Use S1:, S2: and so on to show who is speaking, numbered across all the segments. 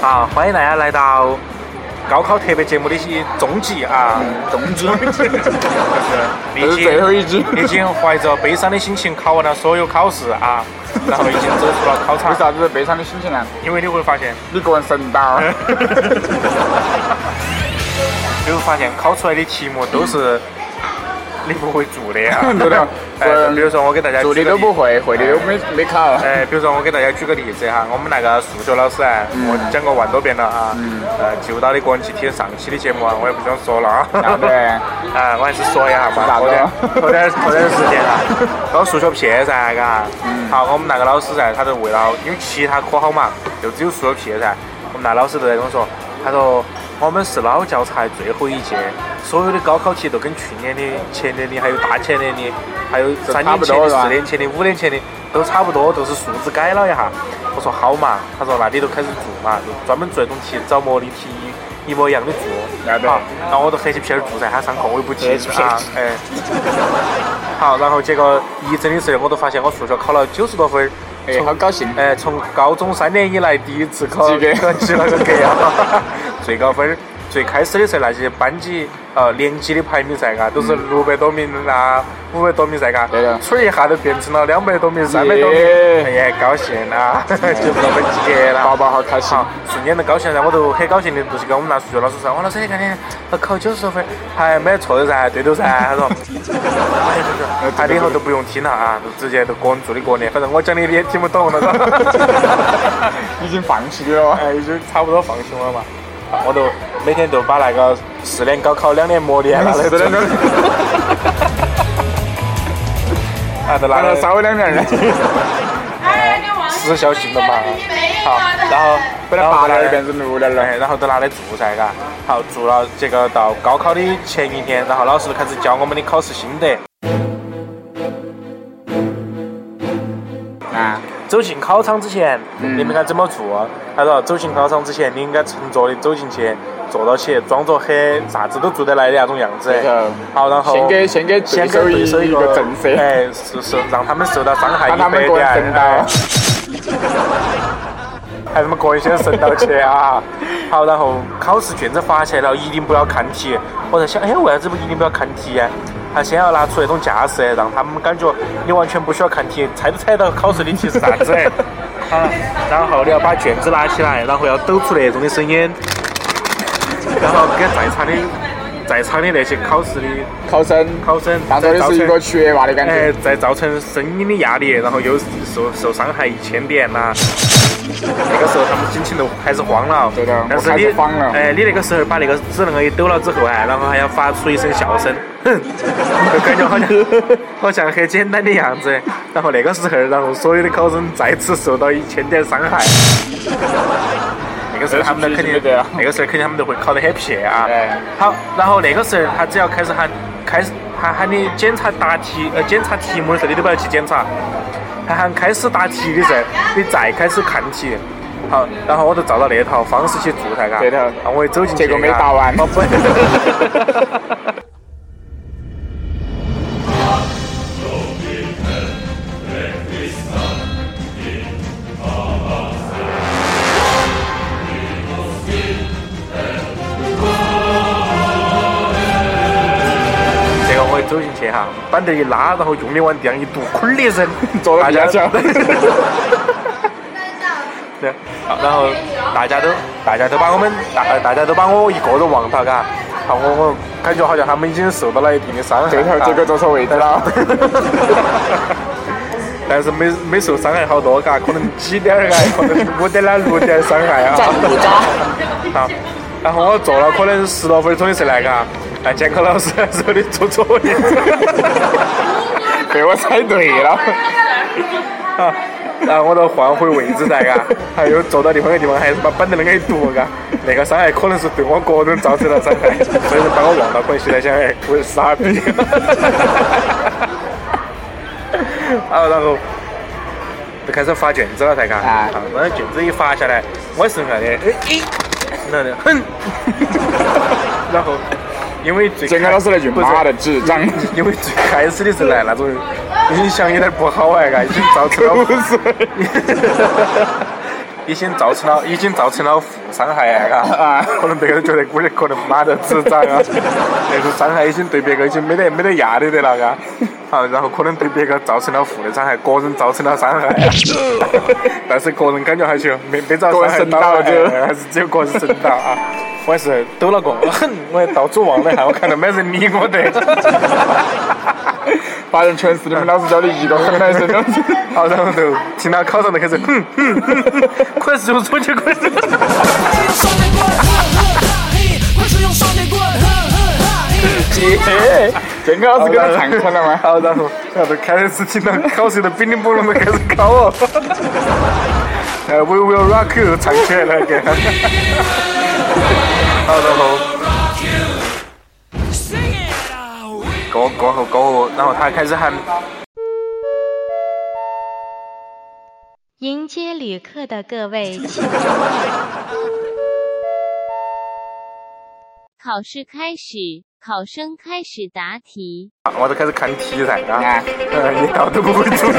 S1: 好，啊欢迎大家来到高考特别节目的一中集啊，
S2: 中指，
S1: 已
S2: 这是
S1: 经
S2: 最后一集。
S1: 已经怀着悲伤的心情考完了所有考试啊，然后已经走出了考
S2: 为
S1: 场，
S2: 啥子悲伤的心情啊？
S1: 因为你会发现，
S2: 你个人神叨，
S1: 你会发现考出来的题目都是你不会做的啊，
S2: 嗯 对的
S1: 哎，比如说我给大家
S2: 做的
S1: 举个
S2: 都
S1: 例
S2: 不会，会的都没没考。
S1: 哎，比如说我给大家举个例子哈，我们那个数学老师啊，
S2: 嗯
S1: 我讲过万多遍了啊，呃，就到的个人集体上期的节目啊，我也不想说了啊，
S2: 啥子？
S1: 啊，我还是说一下嘛，
S2: 咋
S1: 拖
S2: 个
S1: 点拖点拖点时间 啊，搞数学撇噻，嘎，
S2: 嗯
S1: 好，我们那个老师噻，他就为了因为其他科好忙，就只有数学撇噻，我们那老师就在跟我说，他说我们是老教材最后一届，所有的高考题都跟去年的、前年的、还有大前年的、还有
S2: 都
S1: 三
S2: 差
S1: 年
S2: 不
S1: 前
S2: 多
S1: 的、
S2: 是吧
S1: 四年前的、五年前的都差不多，都是数字改了一下。我说好嘛，他说那你就开始做嘛，就专门做一种题，找模拟题一模一样的
S2: 要得
S1: 做。好，然后我都黑起屁儿做噻，他上课我也不记
S2: 啊黑起屁儿
S1: 啊，哎。好，然后结果一整的时候，我都发现我数学考了九十多分儿。
S2: 哎
S1: 从
S2: 好高兴
S1: 哎，从高中三年以来第一次考
S2: 及格
S1: 考及了个格啊，最高分儿。最开始的时候，那些班级呃年级的排名赛嘎，都是六百多名啊，五百多名赛嘎
S2: 嗯对的，
S1: 吹一下就变成了两百多名、三百多名，
S2: 耶
S1: 哎呀，高兴啦， 就这么及格了。
S2: 宝宝好开心
S1: 好，瞬间都高兴噻，我都很高兴的，就是跟我们那数学老师说，我老师你看你呃考九十多分，还没错的噻，对头噻，他 说，哎呀，对头他以后都不用听了啊，就直接都个人做的个人，反正我讲的你也听不懂了，
S2: 已经放弃了。
S1: 哎，已经差不多放心了嘛，我都每天都把那个四年高考两年模拟拿来做，啊，都拿
S2: 拿
S1: 来
S2: 了烧两面儿，
S1: 时效
S3: 时效
S1: 性
S3: 性
S1: 的
S3: 的
S1: 嘛
S3: 嘛。
S1: 好
S3: 好，，
S1: 然
S3: 然
S1: 后
S3: 后
S2: 本来
S1: 然后
S2: 八
S1: 拿来
S2: 点变成六点了。
S1: 哎，然后都拿来做噻，嘎。好，做了这个到高考的前一天，然后老师就开始教我们的考试心得。
S2: 啊，
S1: 走进考场之前，你们该怎么做？他说，走进考场之前，你应该沉着的走进去，坐到起，装作很啥子都做得来的那种样子
S2: 对头。
S1: 好，然后
S2: 先给先给
S1: 先
S2: 对
S1: 给
S2: 手
S1: 对手
S2: 一
S1: 一
S2: 个震慑，
S1: 哎，是是，让他们受到伤害
S2: 把
S1: 一
S2: 他们
S1: 百
S2: 个
S1: 点，
S2: 人震
S1: 哎
S2: 到。
S1: 还是么个人先神到去啊。好，然后考试卷子发起来了，一定不要看题。我在想，哎，为啥子不一定不要看题呀？他先要拿出那种架势，让他们感觉你完全不需要看题，猜都猜到考试的题是啥子。好，然后你要把卷子拿起来，然后要抖出那种的声音， 然后给在场的在场的那些考试的
S2: 考生，
S1: 考生
S2: 当做
S1: 造成
S2: 的是一个学霸的感
S1: 哎
S2: 觉。，
S1: 再造成声音的压力，然后又受受伤害一千点呐、啊那个时候他们心情都开始慌了，
S2: 对的
S1: 但
S2: 我
S1: 是
S2: 开
S1: 你
S2: 始慌了
S1: 哎，你那个时候把那个纸那个一抖了之后哎，然后还要发出一声笑声，哼， 就感觉好像好像很简单的样子。然后那个时候，然后所有的考生再次受到一千点伤 害。那个时候他们都肯定
S2: 是不是这样，
S1: 那个时候肯定他们都会考得很撇啊
S2: 哎。
S1: 好，然后那个时候他只要开始喊，开始喊喊你检查答题，呃，检查题目的时候你都不要去检查，他喊开始答题的时候，你再开始看题。好，然后我就照到那套方式去做噻，嘎。
S2: 对头
S1: 然后我一走进去，
S2: 结果没 答完
S1: 嘎我本结果我一走进去哈，板凳一拉，然后用力往地上一跺，坤的一 声，
S2: 坐到
S1: 大
S2: 地
S1: 家
S2: 下去了
S1: 对，好然后大家都大家都把我们大呃大家都把我一个人忘到嘎，好我我感觉好像他们已经受到了一定的伤害，
S2: 这头
S1: 啊
S2: 这个坐错位置了，
S1: 但是没没受伤害好多嘎，可能几点儿嘎，啊可能五点啦六点伤害啊。
S2: 不渣。
S1: 啊，然后我坐了可能十多分钟的时候来嘎，那监考老师说你做作业。
S2: 被我猜对了，
S1: 啊，然后我都换回位置噻，嘎，啊还有坐到另外一个地方，还是把板凳那个一堵，嘎，那个伤害可能是对我个人造成了伤害， 所以说把我忘了，可能现在想，哎，我是傻逼。 好，啊然后就开始发卷子了噻，嘎，
S2: 啊
S1: 好，那卷子一发下来，我是那的，哎哎，那的很， 然后因为最
S2: 监考老师那句
S1: 不是
S2: 妈的智障，
S1: 因为最开始的时候呢，那种 影响有点不好哎，嘎，已经造成了
S2: 不是，
S1: 已经造成了已经造成了负伤害啊，嘎
S2: 啊
S1: 可能别个觉得估计可能妈的智障啊，那个伤害已经对别个已经没得没得压力的了，嘎。好，然后可能对别个造成了负的伤害，个人造成了伤害， 但是个人感觉还行，没没遭
S2: 个
S1: 伤
S2: 人
S1: 害
S2: 伸
S1: 到
S2: 到就
S1: 哎还是只有个人伸到啊。 我也是抖了个， 哼，我也到处望了一下，我看到没人理我的。
S2: 发现全市你们老师教的一个很难生东西。
S1: 好，然后就听到考场就开始，哼哼哼哼，快速出去，快速出去。
S3: 快使用双截棍，哼哼哈嘿！快使用双截棍，哼哼哈嘿！
S2: 姐，健康老师给他唱出来吗？
S1: 好，然后然后开始听到考试的叮铃波啷的开始考哦。呃，We will rock you 唱起来 了，给。好，然后
S3: Sing it out！
S1: 过过后过后，然后他开始喊
S4: 迎接旅客的各位，请
S5: 考试开始，考生开始答题。
S1: 啊，我都开始看题噻，啊
S2: 啊，
S1: 嗯，一道都不会做，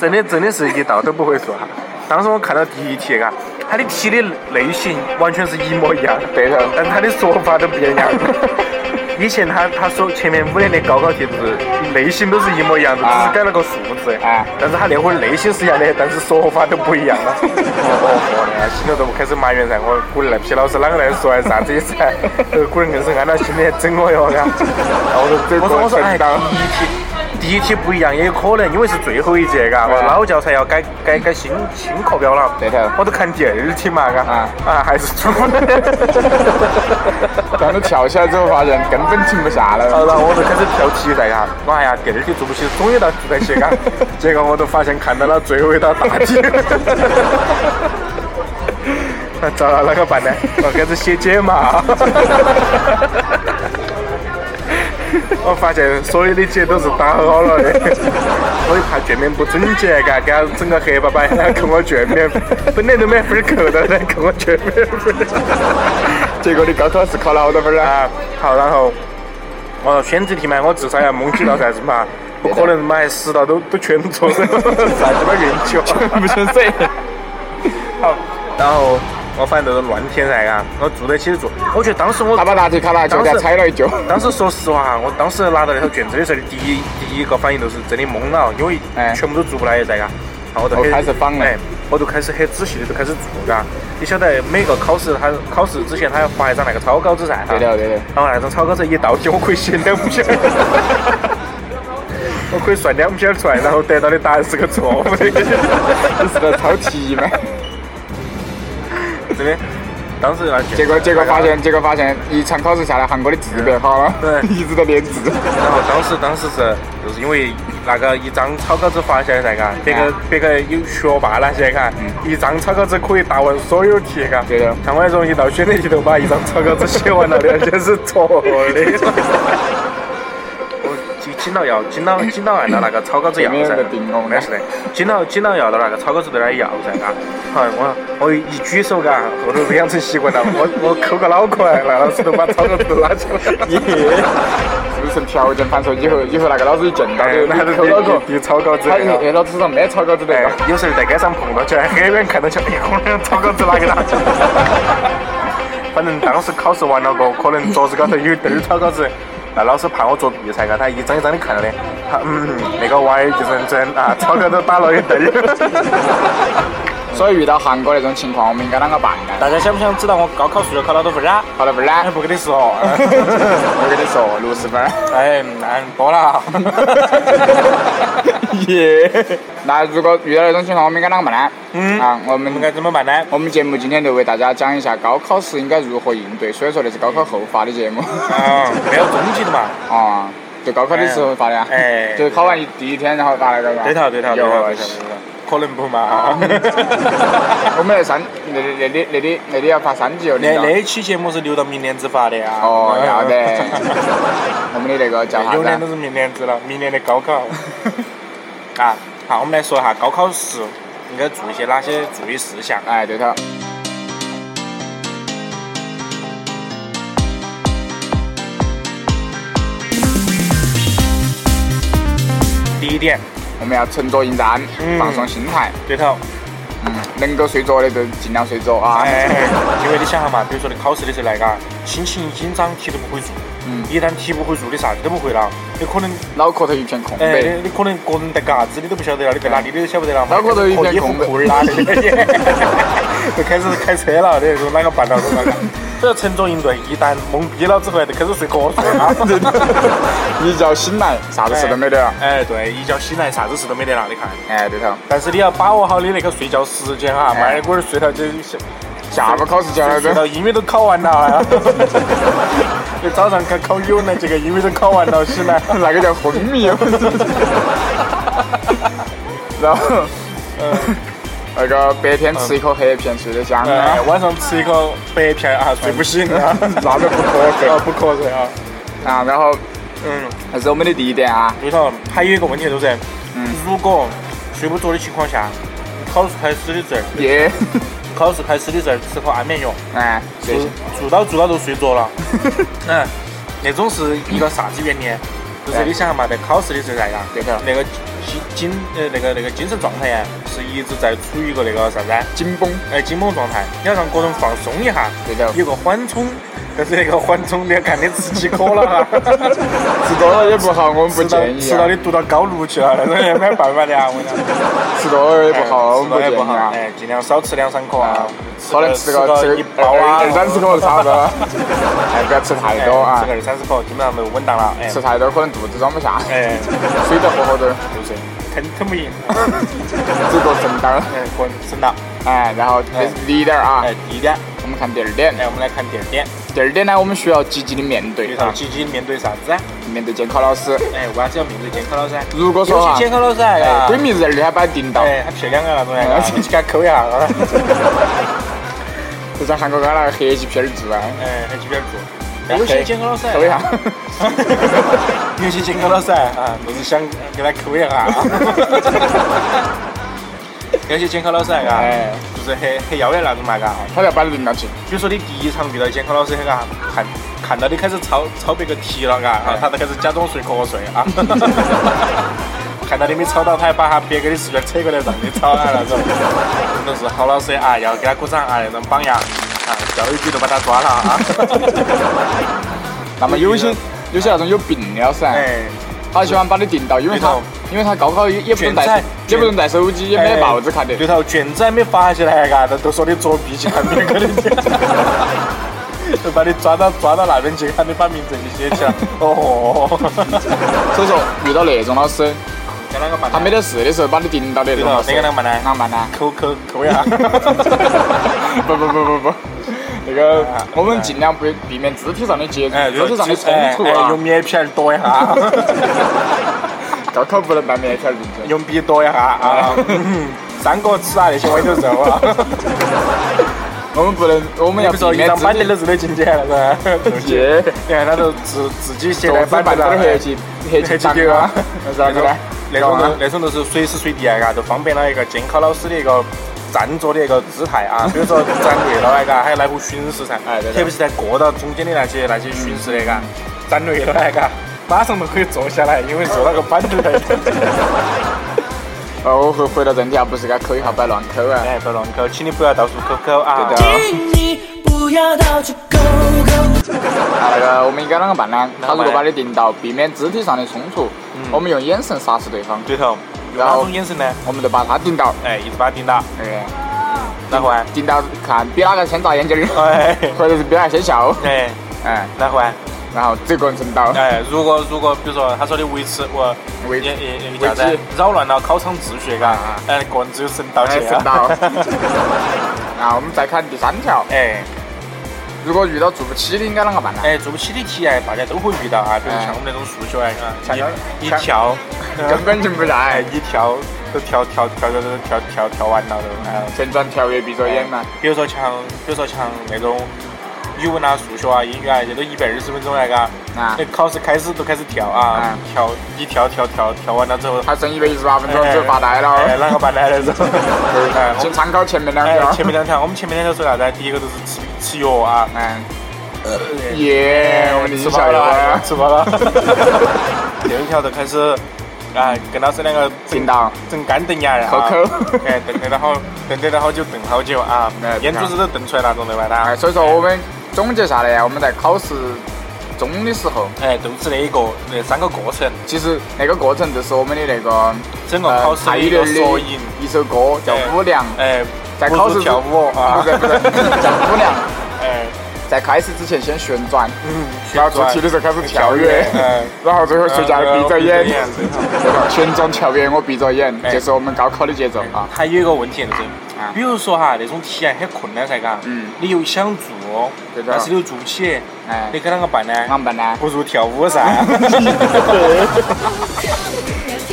S1: 真的真的是一道都不会做哈。当时我看到第一题，啊，它的题的类型完全是一模一样，
S2: 对头
S1: 但它的说法都不一样。以前他他说前面五年的高考题是类型都是一模一样的，只
S2: 啊
S1: 是改了个数字，
S2: 啊
S1: 但是他那会儿类型是一样的，但是说法都不一样了。哦，我的心头都开始埋怨噻，我估计那批老师啷个来说啥子意思啊？呃估计硬是按照心里整我哟，嘎。然后我就
S2: 我
S1: 我
S2: 说
S1: 说
S2: 我
S1: 我
S2: 说
S1: 说哎，
S2: 哎
S1: 第一题第一题不一样也有可能，因为是最后一节，嘎，
S2: 对
S1: 我老教材要改改改新新课表了。
S2: 对头
S1: 我都看第二题嘛，嘎。
S2: 啊
S1: 啊，还是出的。哎
S2: 当时跳起来之后，发现根本停不下来
S1: 然
S2: 了。
S1: 后我就开始跳题在呀，我哎呀，第二题做不起，总有一道题在写嘎，结果我都发现看到了最后一道大题， 那咋了啷个办呢？我开始写解码，我发现所有的解都是打好了的，我一怕卷面不整洁，嘎，给他整个黑巴巴，然后扣我卷面，本来都没分儿扣的，然后扣我卷面分儿。
S2: 结果你高考试考了好多分啊？
S1: 啊，好，然后我选择题嘛，我至少要蒙几道噻，是嘛？不可能妈十道都都全错， 啥鸡巴运气哦！
S2: 不成水。
S1: 好，然后我反正都是乱填噻，嘎，啊我做得起就做。我觉得当时我
S2: 他把答题卡拿就给他踩了 一脚。
S1: 当时说实话，我当时拿到那套卷子的时候，第一第一个反应都是真的懵了，因为
S2: 哎
S1: 全部都做不来噻，嘎。然后我就
S2: 我开始仿了
S1: 哎，我就开始很仔细的就开始做，嘎。你晓得每个考试，他考试之前他要发一张那个草稿纸噻，
S2: 对
S1: 的
S2: 的，对的。
S1: 然后那种草稿纸一道题，我可以写两 篇，我可以算两篇出来，然后得到的答案是个错 误的，
S2: 你是在抄题吗？
S1: 真的。当时那卷子
S2: 结果结果发现，结果发现一场考试下来，韩哥的字变好了，
S1: 对
S2: 一直在练字。
S1: 然后当时当时是就是因为那个一张草稿纸发下来噻，嘎，别个
S2: 啊
S1: 别个有学霸那些嘎，一张草稿纸可以答完所有题嘎。
S2: 嗯对的
S1: 像我那种一道选择题都把一张草稿纸写完了哎的，而且是错的。 我紧紧到要紧到紧到按照那个草稿纸要
S2: 这边
S1: 噻
S2: 有个顶哦，
S1: 那是的，紧到紧到要到那个草稿纸在那儿要噻，嘎。好，哎我我一举手嘎，后头都养成习惯了，我我抠个脑壳来了，老师都把草稿纸都拿起来 了。
S2: 是不是条件反射？以后以后那个老师一见到
S1: 哎
S2: 就，
S1: 那
S2: 抠脑壳，
S1: 递草稿纸
S2: 他一哎老师上没抄稿子的
S1: 哎，有时候在街上碰到起来，很远看到起来，哎呀，我那草稿子拿给他。 反正当时考试完了过，可能桌子高头有一堆草稿子，那老师怕我作弊噻，嘎，他一张一张的看了的，他嗯，那个娃儿就是认真啊，草稿都打了一堆。
S2: 所以遇到韩哥那种情况，我们应该啷个办呢？
S1: 大家想不想知道我高考数学考了多分啊？
S2: 好了，不然
S1: 不跟你 说，哦
S2: 我跟你说，哦六十分儿。
S1: 哎，那多 了。
S2: 耶！那如果遇到那种情况，我们应该啷个办呢？
S1: 嗯
S2: 啊，我
S1: 应
S2: 们
S1: 该怎么办呢？
S2: 我们节目今天就为大家讲一下高考时应该如何应对，所以说这是高考后发的节 目
S1: 啊，没有终极的嘛。
S2: 啊，就高考的时候发的呀，
S1: 哎
S2: 就考完一第一天然后发那个嘛。
S1: 对头，对头，对
S2: 有啊
S1: 头，对头，对头可能不 嘛。嗯
S2: 我们那三那里那里那里那里要发三级哦，
S1: 那
S2: 领导
S1: 那一期节目是留到明年子发的呀。。
S2: 哦，要得
S1: 哦
S2: 我们的那个叫啥
S1: 永远
S2: 子
S1: 都
S2: 啊？
S1: 是明年子了，明年的高考。啊，好，我们来说一下高考时应该注意些哪些注意事项。
S2: 哎，对头，
S1: 第一点，
S2: 我们要沉着应战，
S1: 嗯
S2: 放松心态，
S1: 对头。
S2: 嗯，能够睡着的就尽量睡着啊。
S1: 哎，因为你想下嘛，比如说你考试的时候来嘎，心情一紧张，题都不会做。
S2: 嗯
S1: 一旦题不会做，你啥子都不会了。你可能，
S2: 脑壳头一片空
S1: 哎，
S2: 白，
S1: 你你可能个人在干啥子你都不晓得了，你在哪里你都晓不得了嘛。
S2: 脑壳头一片
S1: 衣服
S2: 空白
S1: 裤儿哪里的， 就开始开车了，你说哪个办到是哪个。所以要沉着应对，一旦懵逼了之后，就开始睡瞌睡 了。
S2: 一觉醒来啥子事都没得了。
S1: 哎，对，一觉醒来啥子事都没得了，你看。
S2: 啊哎，对头，
S1: 但是你要把握好你那个睡觉时间哈，
S2: 哎
S1: 慢点儿睡到就下
S2: 下午考试前那
S1: 睡
S2: 个
S1: 到英语都考完 了，你早上考考语文的这个英语都考完了，醒来，
S2: 那个叫昏迷。 然后，呃那个白天吃一口黑片睡得香
S1: 哎，
S2: 啊，哎
S1: 晚上吃一口白片啊，睡不醒啊，
S2: 那就不瞌睡
S1: 啊，不瞌睡啊，
S2: 啊，然后
S1: 嗯，
S2: 这是我们的第一点啊，
S1: 对头，还有一个问题就是，
S2: 嗯
S1: 如果睡不着的情况下，考试开始的时候，
S2: 夜，
S1: 考试开始的时候吃口安眠药，
S2: 哎，
S1: 做
S2: 睡醒
S1: 做到做到都睡 着了。嗯，那种是一个啥子原理？就是你想嘛，在考试的时候呀，
S2: 对头
S1: 那个精精呃那个那个精神状态呀，是一直在处于一个那个啥子啊？
S2: 紧绷，
S1: 哎，紧绷状态，你要让个人放松一下，
S2: 对头
S1: 有个缓冲。但是那个缓冲，你要看你吃几颗了 哈，
S2: 吃多了也不好，我们不
S1: 吃到
S2: 建议
S1: 吃到
S2: 啊
S1: 你，读到高六去了，那种也没办法的啊，我 跟你讲。
S2: 吃多了也不好，我
S1: 吃
S2: 们不
S1: 多也
S2: 建议
S1: 不好，
S2: 啊。
S1: 哎，尽量少吃两三颗啊
S2: 啊，可能吃个吃
S1: 吃
S2: 个
S1: 一包啊，
S2: 二三十颗差不多了，哎，不要吃太多
S1: 哎
S2: 啊
S1: 吃个，二三十颗基本上都稳当了，哎，
S2: 吃太多可能肚子装不下，
S1: 哎，
S2: 水都喝喝点儿，
S1: 就是吞吞不赢，
S2: 只够撑到儿。
S1: 哎，滚吃了，
S2: 哎，然后这是第一点儿啊
S1: 哎，，第一点，
S2: 我们看第二点，
S1: 哎，我们来看第二点，
S2: 第二点呢，我们需要积极的面
S1: 对
S2: 对
S1: 头，
S2: 啊，
S1: 积极面对啥子啊？
S2: 面对监考老师。
S1: 哎，为啥子要面对监考老师啊？
S2: 如果
S1: 有
S2: 说
S1: 些
S2: 啊，
S1: 监考老师啊
S2: 哎，闺，蜜日儿你还把他盯到，
S1: 哎，还漂亮啊那 种啊，进去给他抠一下，
S2: 就像韩国刚那个黑起片儿子啊，
S1: 哎，还几边做。哎有些监考老师啊，
S2: 抽一下，
S1: 有些监考老师啊，就是想给他啊抠一 下。有些监考老师啊，
S2: 哎，
S1: 就是很很妖的那种嘛，嘎。
S2: 他要把你盯到起，
S1: 比如说你第一场遇到监考老师，那个啊看看到你开始抄抄别个题了，嘎，然后他就开始假装睡瞌睡啊。 看到你没抄到，他还把他别个的试卷扯过来让你抄啊那种，真的是好老师啊，要给他鼓掌啊，那种榜样啊，教育局都把他抓了啊。
S2: 那么有些有些那种有病的老师啊，
S1: 哎，
S2: 他喜欢把你盯到，因为
S1: 对
S2: 他
S1: 头
S2: 因为他高考也也不
S1: 卷
S2: 能带
S1: 子
S2: 也不能带手机，也没得报纸看的
S1: 哎。对头，卷子还没发起来嘎，都都说你作弊去看别个的。就把你抓到抓到那边去，喊你把名字去写 起来。哦，
S2: 所以说遇到那种老师，
S1: 在哪个办呢？
S2: 他没得事的时候把你盯到的那
S1: 对
S2: 种老
S1: 头，
S2: 师，
S1: 那个啷个办呢？
S2: 啷办呢？
S1: 抠抠抠呀！
S2: 不不不不不，那个
S1: 哎
S2: 我们尽量不避免肢体上的接触，
S1: 就
S2: 肢体上的冲突
S1: 哎哎
S2: 啊
S1: 用。棉片躲一 下，
S2: 高考不能办面条儿进去。
S1: 用笔躲一下啊！三个吃啊那些歪头肉啊！
S2: 我们不能，我
S1: 我
S2: 们要避
S1: 说一
S2: 免
S1: 张板凳
S2: 肢
S1: 都是得进去了 是吧？
S2: 体 接，
S1: 你看他都自自己写
S2: 桌
S1: 在
S2: 子
S1: 板啊
S2: 板
S1: 凳
S2: 凳
S1: 上
S2: 儿黑起黑起
S1: 黑起
S2: 挡
S1: 丢啊
S2: 啊， 然后呢？
S1: 那种都那种都是随时随地啊，嘎，都方便了一个监考老师的一个站着的一个姿态 啊。比如说站累了哎，嘎，还来回巡视噻，
S2: 哎对的
S1: 特别是在过道中间的那些那些巡视的，嘎，站累了哎，嘎，马上都可以坐下来，因为坐那个板 凳儿。
S2: 哦，我回回到正题啊，不是该抠一下，不要乱抠啊。
S1: 哎，不要乱抠，请你不要到处抠抠啊。
S2: 对的
S3: 请你不要到处勾勾。
S2: 啊，那个我们应该啷个办呢？
S1: 啷个办嗯
S2: 他如果把你盯到，避免肢体上的冲突，我们用眼神杀死对方，
S1: 对头，用
S2: 然
S1: 哪
S2: 后
S1: 种眼神呢？
S2: 我们就把他盯到，
S1: 哎，一直把它盯到，
S2: 哎，
S1: 然后啊，
S2: 盯到看比哪个先眨眼睛 儿，
S1: 哎，
S2: 或者是比哪个先笑，
S1: 哎，
S2: 哎，
S1: 然后啊，
S2: 然后这个人成到，
S1: 哎，如果如果比如说他说的维持我
S2: 维
S1: 也也也叫啥
S2: 维
S1: 子
S2: 持
S1: 扰乱了考场秩序，嘎
S2: 啊，
S1: 哎，个人只有神道
S2: 哎，
S1: 歉
S2: 成到。 啊，我们再看第三条，
S1: 哎
S2: 如果遇到做不起的，应该啷个办呢？
S1: 哎，做不起的题哎，大家都会遇到啊，比如
S2: 哎
S1: 像我们那种数学哎，
S2: 像
S1: 啊一一
S2: 像
S1: 跳，
S2: 根本停不下
S1: 哎
S2: 来，
S1: 一跳都跳跳跳跳跳跳跳完了都，哎。
S2: 旋转跳跃闭着眼嘛，
S1: 比如说像，比如说像那种语文啊、数学啊、英语啊，这都一百二十分钟来嘎。
S2: 啊
S1: 那考试开始都开始跳啊
S2: 啊，
S1: 跳一跳跳跳跳完了之后，
S2: 还剩一百一十八分钟就发 呆
S1: 哎，
S2: 了，
S1: 啷个办呢？那种。哎，我
S2: 请
S1: 们
S2: 参考前面两
S1: 哎，
S2: 条。
S1: 前面两条，我们前面两条说啥子？第一个就是吃吃药啊，
S2: 嗯，哎耶，我们的
S1: 吃
S2: 音
S1: 饱
S2: 效又
S1: 了
S2: 来
S1: 啊，
S2: 了。
S1: 吃饱了。第二条就开始啊，跟老师两个
S2: 叮当，
S1: 正干瞪眼
S2: 扣
S1: 啊
S2: 扣，
S1: 哎，瞪得到好，瞪得到好久，瞪好久啊
S2: 哎，
S1: 眼珠子都瞪出来那种的吧？
S2: 哎，
S1: 那
S2: 所以说我们总结下来啊，我们在考试中的时候，
S1: 哎，都是那一个那三个过程，
S2: 其实那个过程就是我们的那个呃
S1: 整个考试
S2: 泰
S1: 的一
S2: 勒
S1: 个
S2: 的
S1: 缩影。
S2: 一首歌叫
S1: 哎
S2: 《舞娘》，
S1: 哎，
S2: 在考试
S1: 不如跳舞啊
S2: 不，是不是 叫《舞娘》，
S1: 哎，
S2: 在开始之前先旋转，
S1: 嗯，
S2: 然后出题的时候开始跳跃嗯
S1: 哎，
S2: 然后最后睡觉闭着眼，
S1: 嗯闭着眼
S2: 对吧？ 旋转跳跃，我闭着眼，
S1: 哎
S2: 这是我们高考的节奏啊。
S1: 还有一个问题就是
S2: 啊，
S1: 比如说哈，那种题啊很困难噻，嘎，
S2: 嗯
S1: 你又想做
S2: 对，的
S1: 但是你又做不起，
S2: 哎
S1: 你该啷个办呢？
S2: 啷个办呢？
S1: 不如跳舞 噻，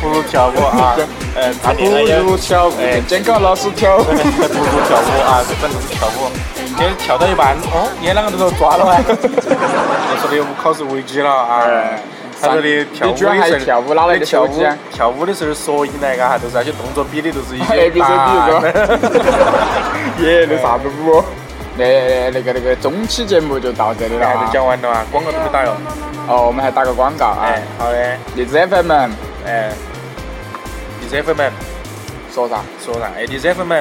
S1: 不如跳舞啊，嗯，
S2: 啊，
S1: 谈恋爱也
S2: 不如跳舞
S1: 哎，
S2: 监考老师跳舞
S1: 不。如跳舞啊，反正跳舞，今天哎跳到一半，哦，你啷个都被抓了 啊？我说的考试违纪了啊
S2: 哎。
S1: 他说的跳舞
S2: 你居然
S1: 的时
S2: 还
S1: 候，
S2: 跳舞哪来的
S1: 你跳
S2: 手
S1: 舞
S2: 机啊
S1: 跳舞的时候索引来嘎哈，都是那些动作比的，都是一
S2: A
S1: 些
S2: B C D 是 吧？耶，那啥子舞？那那个那个中期节目就到这里了
S1: 然后
S2: 啊
S1: 就讲完了啊，广告都没打哟。
S2: 哦，我们还打个广告啊
S1: 哎，，好的，
S2: 荔枝 FM
S1: 哎，荔枝 FM
S2: 说啥？
S1: 说啥？哎，荔枝 FM，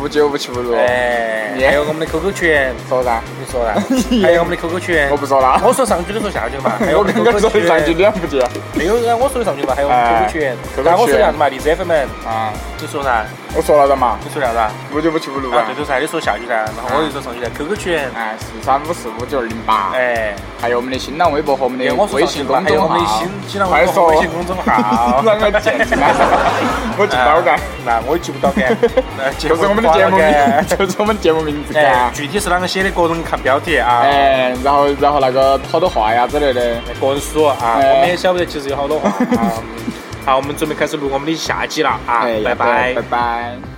S2: 五九五七五六，
S1: 哎，
S2: 你
S1: 还有我们的 QQ 群，
S2: 说啥？
S1: 你说 啥？还有我们的 QQ 群，
S2: 我不说了。
S1: 我说上去的说下去的嘛，还有
S2: 我
S1: 我们
S2: 刚刚
S1: QQ
S2: 说
S1: 群
S2: 的上去你还不记啊？
S1: 没有，我说的上去嘛，还有我们 QQ 群
S2: 哎，，QQ
S1: 然后我说
S2: 群
S1: 啥子嘛？荔枝 FM，
S2: 啊，
S1: 你说啥？
S2: 我说了的嘛，
S1: 你说啥子啊？
S2: 五九五七五六
S1: 啊，
S2: 啊
S1: 对，头噻，你说下去噻，然后我就说上去噻，QQ 群，
S2: 哎，四三五四五九二零八，
S1: 哎，
S2: 还有我们的新浪微博和我们
S1: 对，
S2: 的
S1: 我说
S2: 微
S1: 上去
S2: 信
S1: 嘛，
S2: 公
S1: 还有
S2: 众
S1: 我们的
S2: 号
S1: 新，新浪微
S2: 快
S1: 博
S2: 说
S1: 和微信公众 号，
S2: 让我捡起来， 我记不到干
S1: 啊。那我也记不到 干，哎那节
S2: 就是我们的
S1: 挂
S2: 节
S1: 了
S2: 目
S1: 干
S2: 名，就是我们节目名字啊
S1: 哎
S2: 噻，。
S1: 具体是啷个写的，个人看标题啊，
S2: 哎，然后然后那个好多话呀之类的，
S1: 个人说啊，
S2: 哎
S1: 我们也晓不得，其实有好多话啊。嗯好，我们准备开始录我们的下集了啊
S2: 哎，，
S1: 拜拜
S2: 拜。拜。